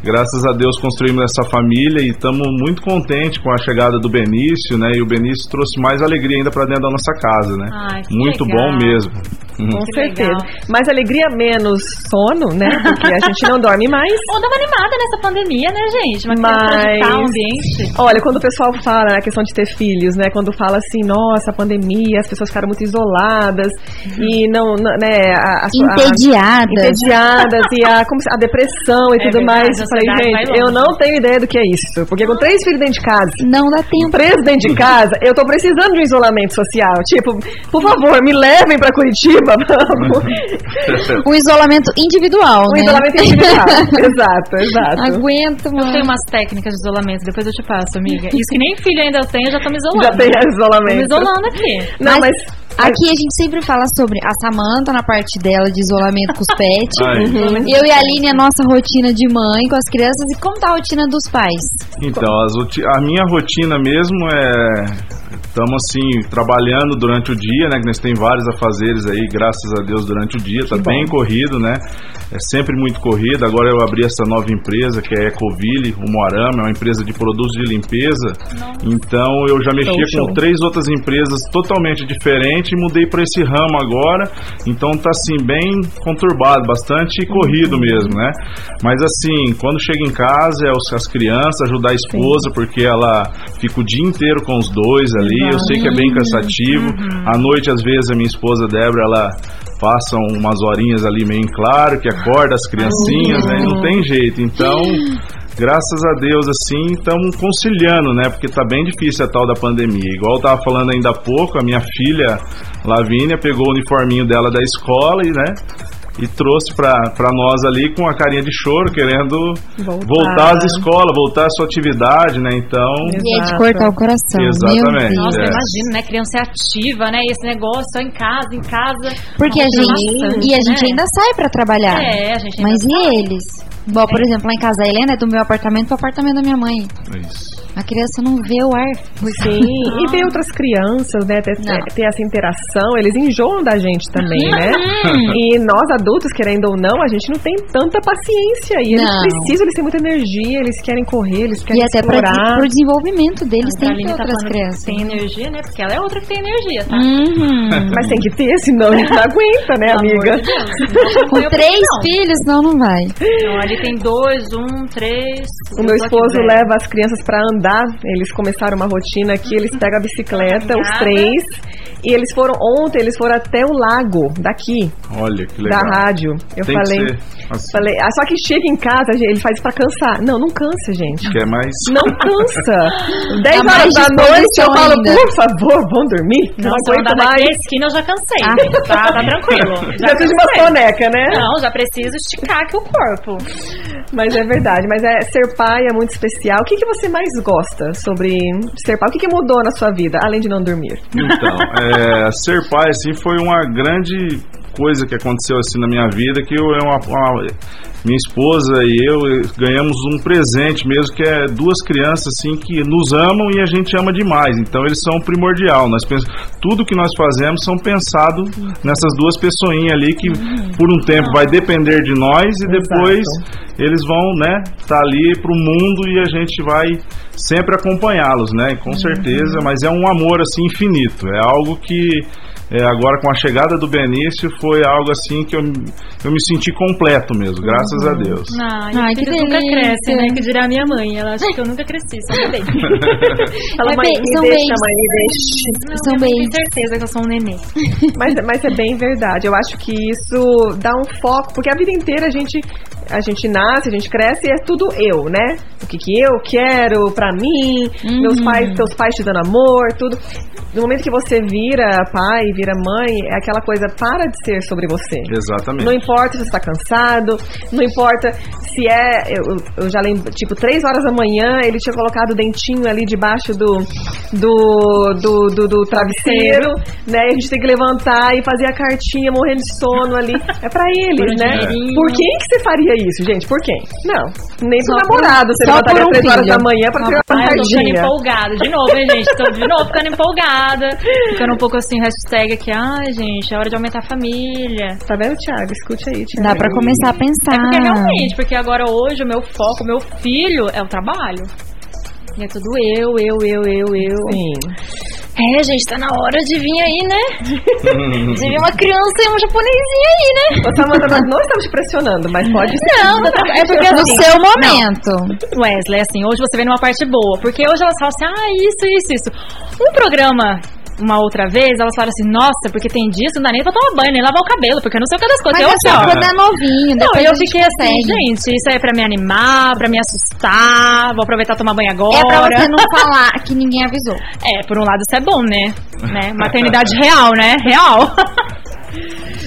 graças a Deus construímos essa família e estamos muito contentes com a chegada do Benício, né? E o Benício trouxe mais alegria ainda para dentro da nossa casa, né? Ai, Ah, que muito legal. bom mesmo. Uhum. Com Que certeza. legal. Mas alegria menos sono, né? Porque a gente não dorme mais. Ou dava animada nessa pandemia, né, gente? Uma criança Mas- de tal ambiente. Olha, quando o pessoal fala na questão de ter filhos, né? Quando fala assim, nossa, a pandemia, as pessoas ficaram muito isoladas Uhum. e não, n- né? A, a, a- Entediada. entediadas e a, como se- a depressão e É tudo verdade, mais. a Eu falei, ansiedade vai gente, eu longe. não tenho ideia do que é isso. Porque com três filhos dentro de casa, Não dá tempo. Um preso dentro de casa, eu tô precisando de um isolamento social. Tipo, por favor, me levem pra Curitiba, vamos. Uhum. Um isolamento individual, Um né? isolamento individual. exato, exato. Aguento, Eu tenho mano. umas técnicas de isolamento, depois eu te passo, amiga. Isso que nem filho ainda eu tenho, eu já tô me isolando. Já tem Tô me isolamento. isolando aqui. Não, mas. Aqui a gente sempre fala sobre a Samanta na parte dela de isolamento com os pets. Ai, Eu e a Aline, a nossa rotina de mãe com as crianças. E como tá a rotina dos pais? Então, as roti- a minha rotina mesmo é. Estamos assim, trabalhando durante o dia, né? Que nós tem vários afazeres aí, graças a Deus, durante o dia. Tá bem corrido, né? É sempre muito corrido. Agora eu abri essa nova empresa que é a Ecoville, o Moarama, é uma empresa de produtos de limpeza. Então eu já mexia Show, com show. três outras empresas totalmente diferentes e mudei para esse ramo agora. Então tá assim, bem conturbado, bastante corrido mesmo, né? Mas assim, quando chega em casa, é os- as crianças, ajudar a esposa, porque ela fica o dia inteiro com os dois ali. Eu sei que é bem cansativo. À noite, às vezes, a minha esposa Débora, ela passa umas horinhas ali meio em claro, que acorda as criancinhas, né? Não tem jeito. Então, graças a Deus, assim, estamos conciliando, né? Porque tá bem difícil a tal da pandemia. Igual eu tava falando ainda há pouco, a minha filha Lavínia pegou o uniforminho dela da escola e, né? E trouxe pra pra nós ali com a carinha de choro, querendo Voltar. voltar, às escolas, voltar à sua atividade, né? Então, E é de cortar o coração. Meu Exatamente. Deus. Nossa, É. eu imagino, né? Criança é ativa, né? Esse negócio só em casa, em casa. Porque a gente. E a gente né? ainda tá. sai pra trabalhar. É, a gente ainda Mas e eles? Bom, por exemplo, lá em casa a Helena é do meu apartamento pro apartamento da minha mãe. é isso. A criança não vê o ar. Sim, e ver outras crianças, né? Ter, Não. ter essa interação, eles enjoam da gente também, né? e nós adultos, querendo ou não, a gente não tem tanta paciência. E eles Não. precisam, eles têm muita energia, eles querem correr, eles E querem até para explorar. o desenvolvimento deles Mas a tem que Aline ter tá outras falando crianças. que Tem energia, né? Porque ela é outra que tem energia, tá? Uhum. Mas tem que ter, senão a gente não aguenta, né, Pelo amor amiga? de Deus. Não Com põe três opção. filhos, não, não vai. Não, ali tem dois, um, três. O meu eu tô aqui esposo velha. leva as crianças pra andar. Eles começaram uma rotina aqui, eles pegam a bicicleta, os Uhum. Caminhada. três. E eles foram ontem, eles foram até o lago daqui, Olha que legal. da rádio. Eu Tem falei. que ser assim, Falei, ah, só que chega em casa, gente, ele faz pra cansar. Não, não cansa, gente. que é mais... Não cansa. Dá 10 horas mais da noite eu disposição falo, ainda. por favor, vão dormir. Não, Não, se eu aguento andar daqui mais. Ah, a esquina eu já cansei. Tá, tá tranquilo. Já preciso de uma soneca, né? Não, já preciso esticar aqui o corpo. Mas é verdade. Mas é ser pai é muito especial. O que, que você mais gosta sobre ser pai? O que, que mudou na sua vida, além de não dormir? Então, é, ser pai, assim, foi uma grande coisa que aconteceu, assim, na minha vida, que eu, eu- uma- uma- minha esposa e eu eh, ganhamos um presente mesmo, que é duas crianças, assim, que nos amam e a gente ama demais. Então, eles são primordial. Nós pens- tudo que nós fazemos são pensado nessas duas pessoinhas ali, que por um tempo vai depender de nós e depois eles vão, né, tá ali pro mundo e a gente vai sempre acompanhá-los, né? Com certeza, mas é um amor assim infinito. É algo que é, agora com a chegada do Benício foi algo assim que eu, eu me senti completo mesmo, graças a Deus. Ai, Ai, Ai que que nunca delícia. cresce, né? Que dirá minha mãe. Ela acha que eu nunca cresci, só mudei. Fala, É mãe, bem- me são deixa, babies. mãe, me deixa. Não, São minha mãe tem babies. certeza que eu sou um neném. Mas, mas é bem verdade. Eu acho que isso dá um foco, porque a vida inteira a gente a gente nasce, a gente cresce e é tudo eu, né? O que que eu quero pra mim, meus pais, teus pais te dando amor, tudo. No momento que você vira pai, vira mãe, é aquela coisa para de ser sobre você. Exatamente. Não importa se você tá cansado, não importa se é. Eu, eu já lembro, tipo, três horas da manhã ele tinha colocado o dentinho ali debaixo do, do, do, do, do travesseiro, né? E a gente tem que levantar e fazer a cartinha morrendo de sono ali. É pra eles, né? dinheirinho. Por quem que você faria isso, gente? Por quem? Não. Nem pro Só por- namorado você só levantaria por um três horas filho. da manhã pra tirar uma Ai, eu tô ficando cartinha. empolgada. De novo, hein, gente? Tô de novo ficando empolgada. Ficando um pouco assim, hashtag aqui. Ai, gente, é hora de aumentar a família. Tá vendo, Thiago? Escute aí, Thiago. Dá pra começar a pensar. É Porque realmente, porque agora hoje o meu foco, o meu filho é o trabalho. E é tudo eu, eu, eu, eu, eu. Sim. É, gente, tá na hora de vir aí, né? De vir uma criança e um japonesinho aí, né? Ô, Samanta, nós não estamos te pressionando, mas pode ser. Não, não tá- é porque No assim, seu momento. Wesley, assim, hoje você vem numa parte boa, porque hoje elas falam assim, ah, isso, isso, isso. Um programa, uma outra vez, elas falam assim, nossa, porque tem disso, não dá nem pra tomar banho, nem lavar o cabelo, porque eu não sei o que das coisas. Mas Eu, é assim, só ó, quando é novinho, não, depois eu a gente fiquei assim, consegue. gente, isso aí é pra me animar, pra me assustar, vou aproveitar e tomar banho agora. É pra você não falar que ninguém avisou. É, por um lado isso é bom, né? né? Maternidade real, né? Real.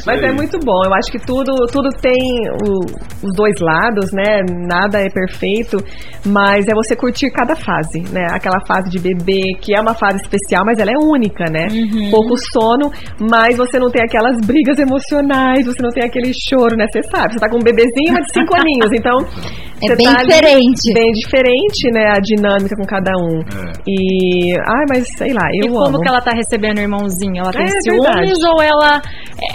Mas Sei. é muito bom. Eu acho que tudo, tudo tem o- os dois lados, né? Nada é perfeito, mas é você curtir cada fase, né? Aquela fase de bebê, que é uma fase especial, mas ela é única, né? Uhum. Pouco sono, mas você não tem aquelas brigas emocionais, você não tem aquele choro, né? Você sabe, você tá com um bebezinho, mas de cinco aninhos, então... É você bem tá ali- diferente. Bem diferente, né? A dinâmica com cada um. É. E... Ai, mas sei lá, eu e como amo. que ela tá recebendo o irmãozinho? Ela tem É, ciúmes verdade. ou ela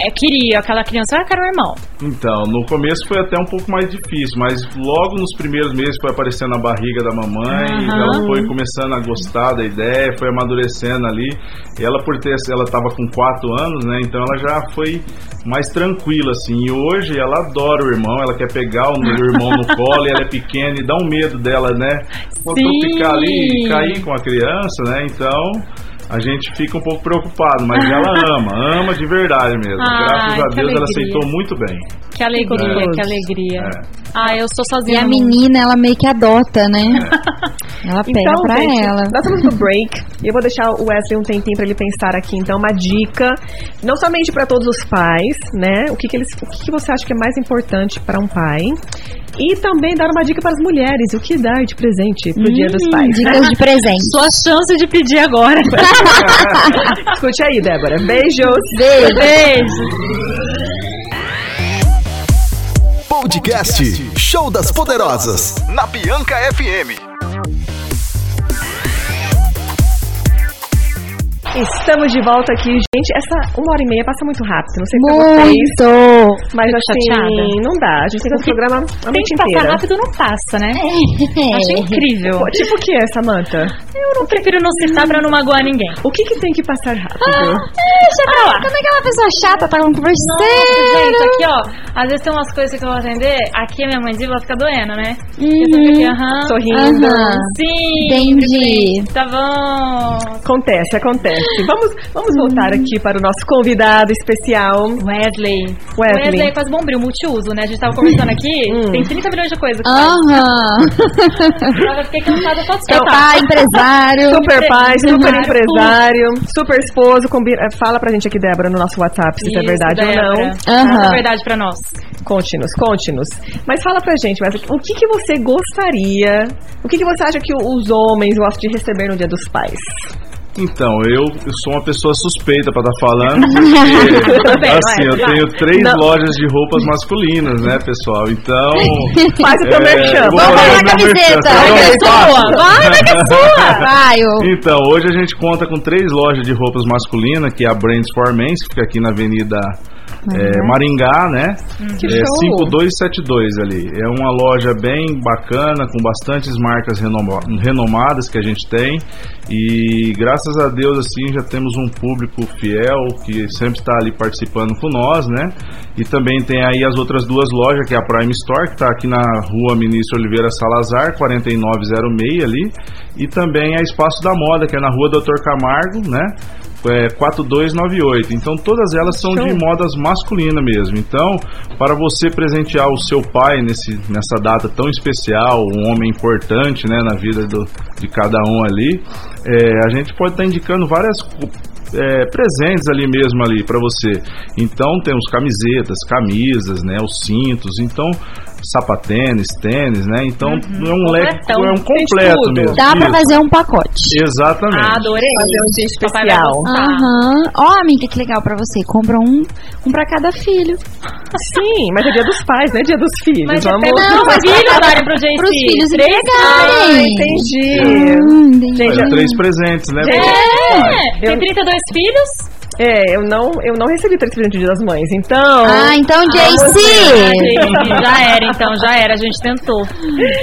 é, queria aquela criança? Ah, eu quero um irmão. Então, no começo foi até um pouco mais difícil, mas logo nos primeiros meses foi aparecendo a barriga da mamãe, Aham. ela foi começando a gostar da ideia, foi amadurecendo ali. Ela por ter ela tava com 4 anos, né? Então ela já foi mais tranquila assim. E hoje ela adora o irmão, ela quer pegar o irmão no colo, e ela é pequena e dá um medo dela, né? Pô, se eu ficar ali e Sim. cair com a criança, né? Então, a gente fica um pouco preocupado, mas ela ama, ama de verdade mesmo. Ai, Graças a que Deus ela alegria. aceitou muito bem. Que alegria, gostoso. que alegria. É. Ah, eu sou E sozinha. a no mundo. menina, ela meio que adota, né? Ela pega Então, pra gente, ela. nós estamos no break e eu vou deixar o Wesley um tempinho pra ele pensar aqui. Então, uma dica, não somente pra todos os pais, né? O que, que eles, o que, que você acha que é mais importante pra um pai? E também dar uma dica para as mulheres, o que dar de presente pro Dia Hum, dos Pais. Dicas de presente. Sua chance de pedir agora. Escute aí, Débora. Beijos. Beijo. Podcast Show das Poderosas na Bianca FM. Estamos de volta aqui, gente. Essa uma hora e meia passa muito rápido. Não sei se é vocês, Muito! mas Fico assim, chateada. não dá. A gente tem que fazer o programa a Tem noite que passar inteira. rápido, não passa, É. né? Acho incrível. Pô, Tipo o que é, Samantha? Eu não prefiro não citar pra não magoar ninguém. O que que tem que passar rápido? Deixa pra Ah lá. lá. Como é que é uma pessoa chata tá falando com Nossa, gente, aqui ó, às vezes tem umas coisas que eu vou atender, aqui minha mandíbula fica doendo, né? Eu fico aqui, aham. Sorrindo. Aham. Sim. Entendi. Tá bom. Acontece, acontece. Vamos, vamos voltar aqui para o nosso convidado especial. Wesley. Wesley. Wesley é quase bombril, multiuso, né? A gente tava conversando aqui, Hum. tem 30 milhões de coisas. Aham. Agora eu fiquei cansada, eu posso Ah. Seu contar. pai, empresário. Super pai, super Empresário. empresário, super esposo. Combina... eh, Fala pra gente aqui, Débora, no nosso WhatsApp, se isso é Isso, verdade ou Débora. não. Fala Aham. a verdade pra nós. Conte-nos, conte-nos. Mas fala pra gente, mas o que, que você gostaria? O que, que você acha que os homens gostam de receber no Dia dos Pais? Então, eu eu sou uma pessoa suspeita pra estar falando, porque, bem, assim, vai, eu vai. tenho três Não. lojas de roupas masculinas, né, pessoal? Então... Faz o teu é, merchan. eu vou Vamos fazer ganhar o meu camiseta. merchan, tá Vai que é bom? Faço. Vai, vai que é sua. Vai, ô. Então, hoje a gente conta com três lojas de roupas masculinas, que é a Brands for Men, que fica aqui na Avenida é, Maringá, né? Que é, show. 5272 ali. É uma loja bem bacana, com bastantes marcas renoma- renomadas que a gente tem. E graças a Deus, assim, já temos um público fiel que sempre está ali participando com nós, né? E também tem aí as outras duas lojas, que é a Prime Store, que está aqui na rua Ministro Oliveira Salazar, 4906 ali. E também a Espaço da Moda, que é na rua Doutor Camargo, né? É, 4298. Então todas elas são de Show. modas masculina mesmo. Então, para você presentear o seu pai nesse, nessa data tão especial, um homem importante né, na vida do, de cada um ali, é, a gente pode estar indicando várias co- é, presentes ali mesmo ali para você. Então temos camisetas, camisas, né, os cintos, então sapatênis, tênis, né? Então é um leque, Uhum. Completão. é um Tem de completo tudo. mesmo. Dá pra Isso. fazer um pacote. Exatamente. Ah, adorei. Fazer um dia Papai vai especial. gostar. Aham. Ó, amiga, que legal pra você. Compra um, um pra cada filho. Sim, mas é Dia dos Pais, não é Dia dos Filhos. Mas Vamos... até os mas- filhos darem pro JC. Pros filhos Três Ah, entregarem. entendi. É. Hum, entendi. Gente, Olha, Três presentes, né? É, Eu- tem 32 filhos? é, eu não, eu não recebi três presentes do Dia das Mães, então. Ah, então, Ah, JC. gente, já era, então, já era. A gente tentou.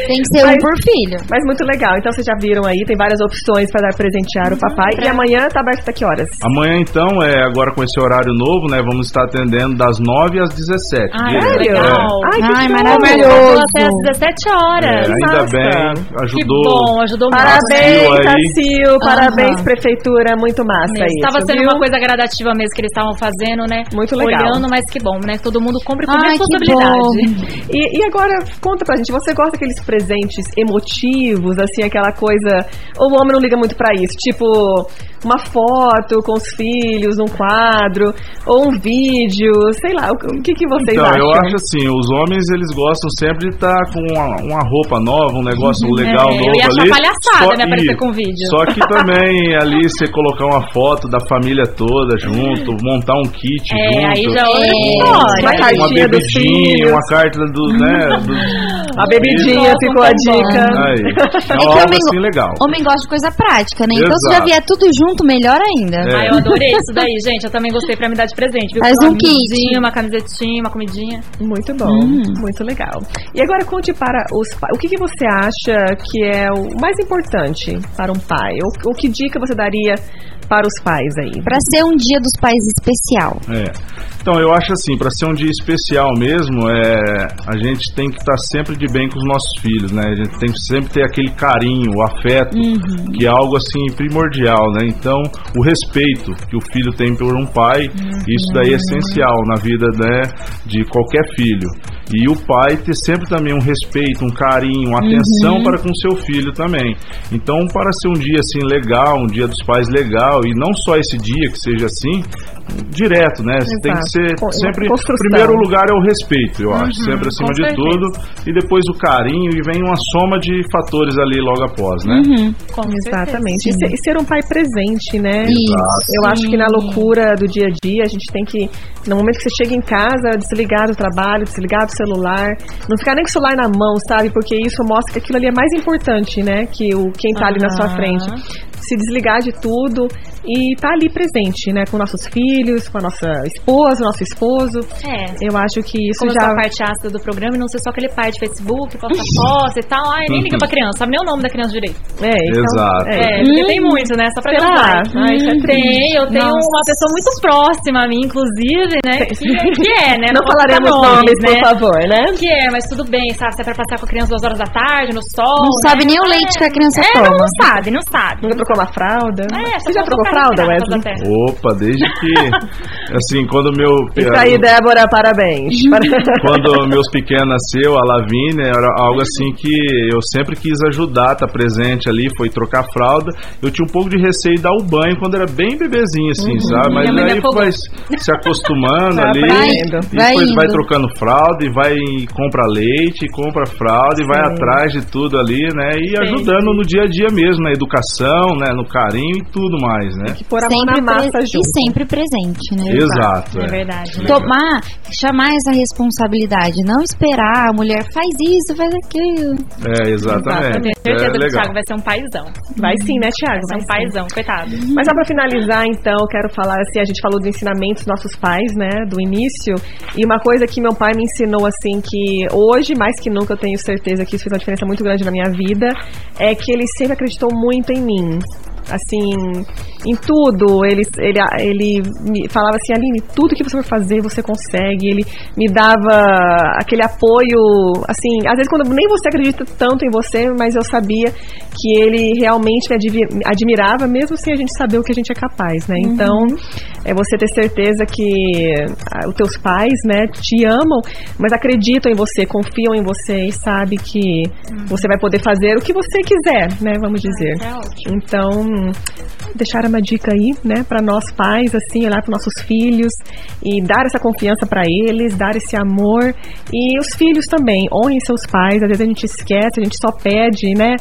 Tem que ser um Mas- por filho. Mas muito legal. Então vocês já viram aí, tem várias opções para dar presentear o papai. E amanhã tá aberto até que horas? Amanhã, então, é agora com esse horário novo, né? Vamos estar atendendo das 9 às 17. Ah, direto. sério? Legal. Ai, que Ai, show. maravilhoso. Até às 17 É, horas. ainda massa. bem, Que ajudou. bom, ajudou muito. Parabéns, Brasil aí. Tacil. Parabéns, prefeitura. Muito massa Mesmo. isso. Tava sendo viu? uma coisa gradativa mesmo que eles estavam fazendo, né? Muito legal. Olhando, mas que bom, né? Todo mundo compra com Ai, que responsabilidade. E, e agora, conta pra gente, você gosta daqueles presentes emotivos, assim, aquela coisa. O homem não liga muito pra isso, tipo uma foto com os filhos, um quadro, ou um vídeo, sei lá, o, o que, que vocês Então, acham? eu acho assim, os homens eles gostam sempre de estar com uma, uma roupa nova, um negócio legal É, eu novo ia achar ali. palhaçada, Só né, aparecer que- com vídeo. Só que também ali você colocar uma foto da família toda junto, montar um kit É, junto. aí já é outra É. história. Uma uma cartinha do bebidinha, filho. uma carta do, né, do- A bebidinha Nossa, ficou a tão bom. dica. Aí. É que uma obra, homem- assim legal. Homem gosta de coisa prática, né? Então se já Exato. vier tudo junto, melhor ainda. Ah, É. eu adorei isso daí, gente. Eu também gostei pra me dar de presente. Viu? Faz Com um uma kit. amizadinha, Uma camisetinha, uma comidinha. Muito bom, muito legal. E agora conte para os pais. O que, que você acha que é o mais importante para um pai? O, o que dica você daria para os pais aí? Pra ser um dia dos pais especial. É. Então, eu acho assim, para ser um dia especial mesmo, é, a gente tem que estar sempre de bem com os nossos filhos, né? A gente tem que sempre ter aquele carinho, o afeto, que é algo assim primordial, né? Então, o respeito que o filho tem por um pai, isso daí é essencial na vida, né, de qualquer filho. E o pai ter sempre também um respeito, um carinho, uma atenção para com seu filho também. Então, para ser um dia assim legal, um dia dos pais legal, e não só esse dia que seja assim, direto, né? Você Tem que Exato. ser Com- sempre. construção. Primeiro lugar é o respeito, eu acho, sempre acima com de certeza. tudo. E depois o carinho, e vem uma soma de fatores ali logo após, né? Com Exatamente. E ser, e ser um pai presente, né? Eu acho que na loucura do dia a dia, a gente tem que, no momento que você chega em casa, desligar do trabalho, desligar do celular, não ficar nem com o celular na mão, sabe? Porque isso mostra que aquilo ali é mais importante, né? Que o quem tá ali na sua Aham. frente. se desligar de tudo e estar ali presente, né? Com nossos filhos, com a nossa esposa, nosso esposo. É. Eu acho que isso Como tá já a parte ácida do programa e não ser só aquele pai de Facebook, posta foto e tal. Ai, nem liga pra criança, sabe nem o nome da criança direito. é, então, Exato. É, porque tem muito, né? Só pra Será? gravar. Ai, isso é Hum. Tem, eu tenho Nossa. uma pessoa muito próxima a mim, inclusive, né? Que, que é, né? Não vou citar falaremos nomes, por favor, né? Que é, mas tudo bem, sabe? Se é pra passear com a criança duas horas da tarde, no sol. Não né? sabe nem o leite que a criança É, não, toma. não sabe, não sabe. Nunca trocou uma fralda? É, Você já trocou fralda, Wesley? Opa, desde que. assim, quando meu. Isso aí, Débora, parabéns. Uhum. Para- quando meus pequenos nasceu, a Lavínia, era algo assim que eu sempre quis ajudar, tá presente ali, foi trocar fralda. Eu tinha um pouco de receio de dar o banho quando era bem bebezinho, assim, sabe? Mas Minha mãe aí me afogou. vai se acostumando Vai ali. aprendendo. e Vai depois vai indo. trocando fralda e vai e compra leite, e compra fralda e vai atrás de tudo ali, né? E ajudando no dia a dia mesmo, na educação, né? No carinho e tudo mais, né? que pôr a mão na massa pre- junto. E sempre presente, né? Exato. É é. verdade. né? Tomar, chamar essa responsabilidade, não esperar a mulher faz isso, faz aquilo. É, exatamente. Tenho certeza é que o legal. Thiago vai ser um paizão. Vai sim, né, Tiago? Vai ser um paizão, coitado. Mas só pra finalizar, então, eu quero falar assim, a gente falou dos ensinamentos dos nossos pais, né, do início, e uma coisa que meu pai me ensinou assim que hoje, mais que nunca, eu tenho certeza que isso fez uma diferença muito grande na minha vida, é que ele sempre acreditou muito em mim. Assim, em tudo, ele, ele, ele me falava assim, Aline, tudo que você for fazer, você consegue. Ele me dava aquele apoio, assim, às vezes quando nem você acredita tanto em você, mas eu sabia que ele realmente me advi- me admirava, mesmo sem a gente saber o que a gente é capaz, né? Então, é você ter certeza que ah, os teus pais, né, te amam, mas acreditam em você, confiam em você e sabe que você vai poder fazer o que você quiser, né, vamos dizer. Ah, É Então, deixaram uma dica aí, né, para nós pais, assim, olhar para nossos filhos e dar essa confiança para eles, dar esse amor e os filhos também, honrem seus pais. Às vezes a gente esquece, a gente só pede, né,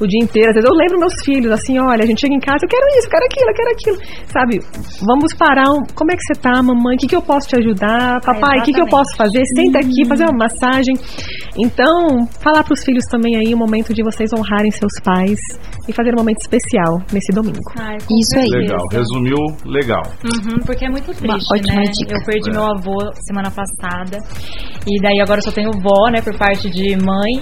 o dia inteiro. Às vezes eu lembro meus filhos, assim, olha, a gente chega em casa, eu quero isso, eu quero aquilo, eu quero aquilo, sabe? Vamos parar, um- como é que você tá, mamãe? O que, que eu posso te ajudar? Papai, o que, que eu exatamente. posso fazer? Senta aqui, fazer uma massagem. Então, falar para os filhos também aí o momento de vocês honrarem seus pais e fazer um momento especial nesse domingo. Ai, com Isso aí. Legal, resumiu legal. Ah, Uhum, porque é muito triste, ótima né? dica. Eu perdi meu avô semana passada. E daí agora eu só tenho vó, né, por parte de mãe.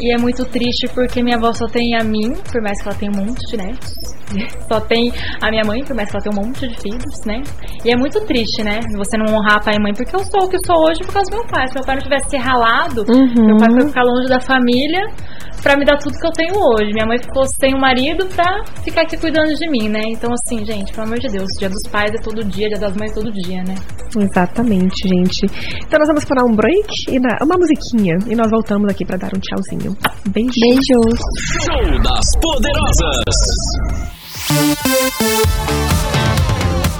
E é muito triste porque minha avó só tem a mim, por mais que ela tenha um monte de netos. Só tem a minha mãe, por mais que ela tenha um monte de filhos, né? E é muito triste, né? Você não honrar pai e mãe, porque eu sou o que eu sou hoje por causa do meu pai. Se meu pai não tivesse se ralado, Hum, Uhum. meu pai foi ficar longe da família pra me dar tudo que eu tenho hoje. Minha mãe ficou sem o marido pra ficar aqui cuidando de mim, né? Então, assim, gente, pelo amor de Deus, dia dos pais é todo dia, dia das mães é todo dia, né? Exatamente, gente. Então nós vamos parar um break e na- uma musiquinha e nós voltamos aqui para dar um tchauzinho. Beijo. Beijos. Show das Poderosas.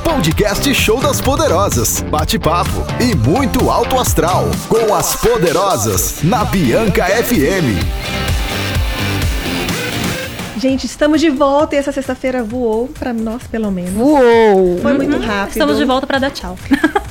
Podcast Show das Poderosas. Bate-papo e muito alto astral. Com as Poderosas na Bianca FM. Gente, estamos de volta e essa sexta-feira voou para nós, pelo menos. Uou! Foi muito rápido. Estamos de volta pra dar tchau.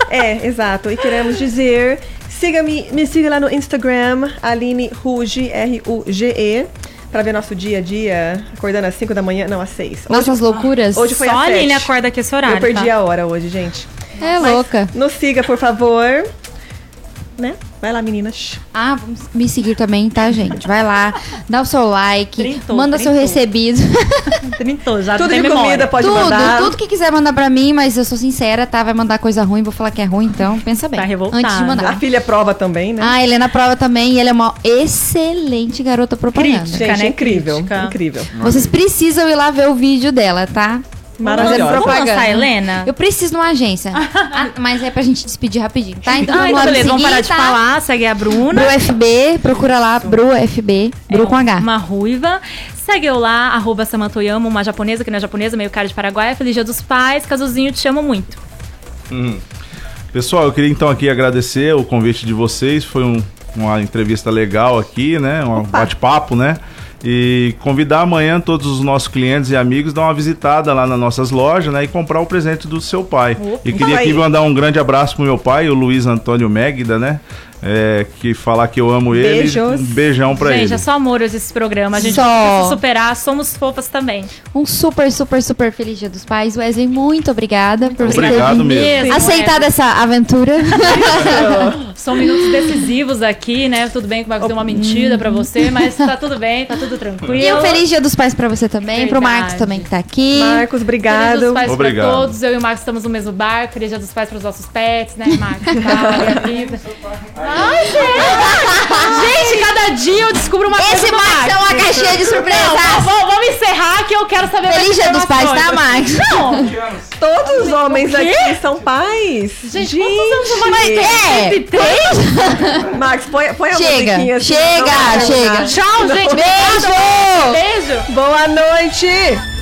É, exato. E queremos dizer, siga-me, me siga lá no Instagram, Aline Ruge, R-U-G-E, pra ver nosso dia a dia, acordando às 5 da manhã, não, às 6. Nossas loucuras. Hoje foi Só às a 7. Aline acorda aqui esse horário. Eu perdi tá? a hora hoje, gente. É louca. Nos siga, por favor. Né? Vai lá, meninas. Ah, vamos me seguir também, tá, gente? Vai lá, dá o seu like, Trintou, manda seu trintou. recebido. Trintou, já Tudo tem de comida memória. pode tudo, mandar. tudo que quiser mandar pra mim, mas eu sou sincera, tá? Vai mandar coisa ruim, vou falar que é ruim, então pensa bem. Tá revoltada. Antes de A mandar. filha prova também, né? Ah, a Helena prova também e ela é uma excelente garota propaganda. Crítica. gente, né? incrível, Crítica. incrível. Vocês precisam ir lá ver o vídeo dela, tá? Maravilhosa. Fazendo Vamos lançar propaganda. a Helena? Eu preciso de uma agência. Ah, mas é pra gente despedir rapidinho, tá? Então Ah, vamos lá então me beleza, vamos seguir, parar de tá? falar, segue a Bruna. Bru FB, procura lá, Bru FB, Bru com H. Uma ruiva. Segue eu lá, arroba Samantoyama, uma japonesa que não é japonesa, meio cara de Paraguai. Feliz Dia dos Pais, Casuzinho, te amo muito. Pessoal, eu queria então aqui agradecer o convite de vocês. Foi um- uma entrevista legal aqui, né? Um bate-papo, né? E convidar amanhã todos os nossos clientes e amigos a dar uma visitada lá nas nossas lojas, né? E comprar o presente do seu pai. e queria aqui Aí. mandar um grande abraço pro meu pai, o Luiz Antônio Megda, né? é, que falar que eu amo ele. Beijos. Um beijão pra Gente, ele. é só amor hoje esse programa. A gente Só. precisa se superar, somos fofas também. Um super, super, super feliz dia dos pais. Wesley, muito obrigada por você Obrigado ter mesmo. Mesmo, aceitado essa aventura. é. São minutos decisivos aqui, né? Tudo bem que o Marcos deu uma mentira pra você, mas tá tudo bem, tá tudo tranquilo. E um feliz dia dos pais pra você também, pro Verdade. Marcos também que tá aqui. Marcos, Feliz Dia obrigado. dos pais Obrigado. pra todos. Eu e o Marcos estamos no mesmo barco. Feliz dia dos pais pros nossos pets, né, Marcos? Tá, vida. Ai, gente! gente, cada dia eu descubro uma coisa Esse do Marcos é uma caixinha de Tá, surpresas. vamos, vamos encerrar que eu quero saber mais Feliz dia dos pais, informações. tá, Não! Marcos? Todos os homens aqui são pais. Gente, quantos anos o Marcos Mas tem? é. Max, põe, põe a musiquinha. Chega, assim, chega, não vai terminar. chega. Tchau, gente! Beijo! Beijo! Boa noite!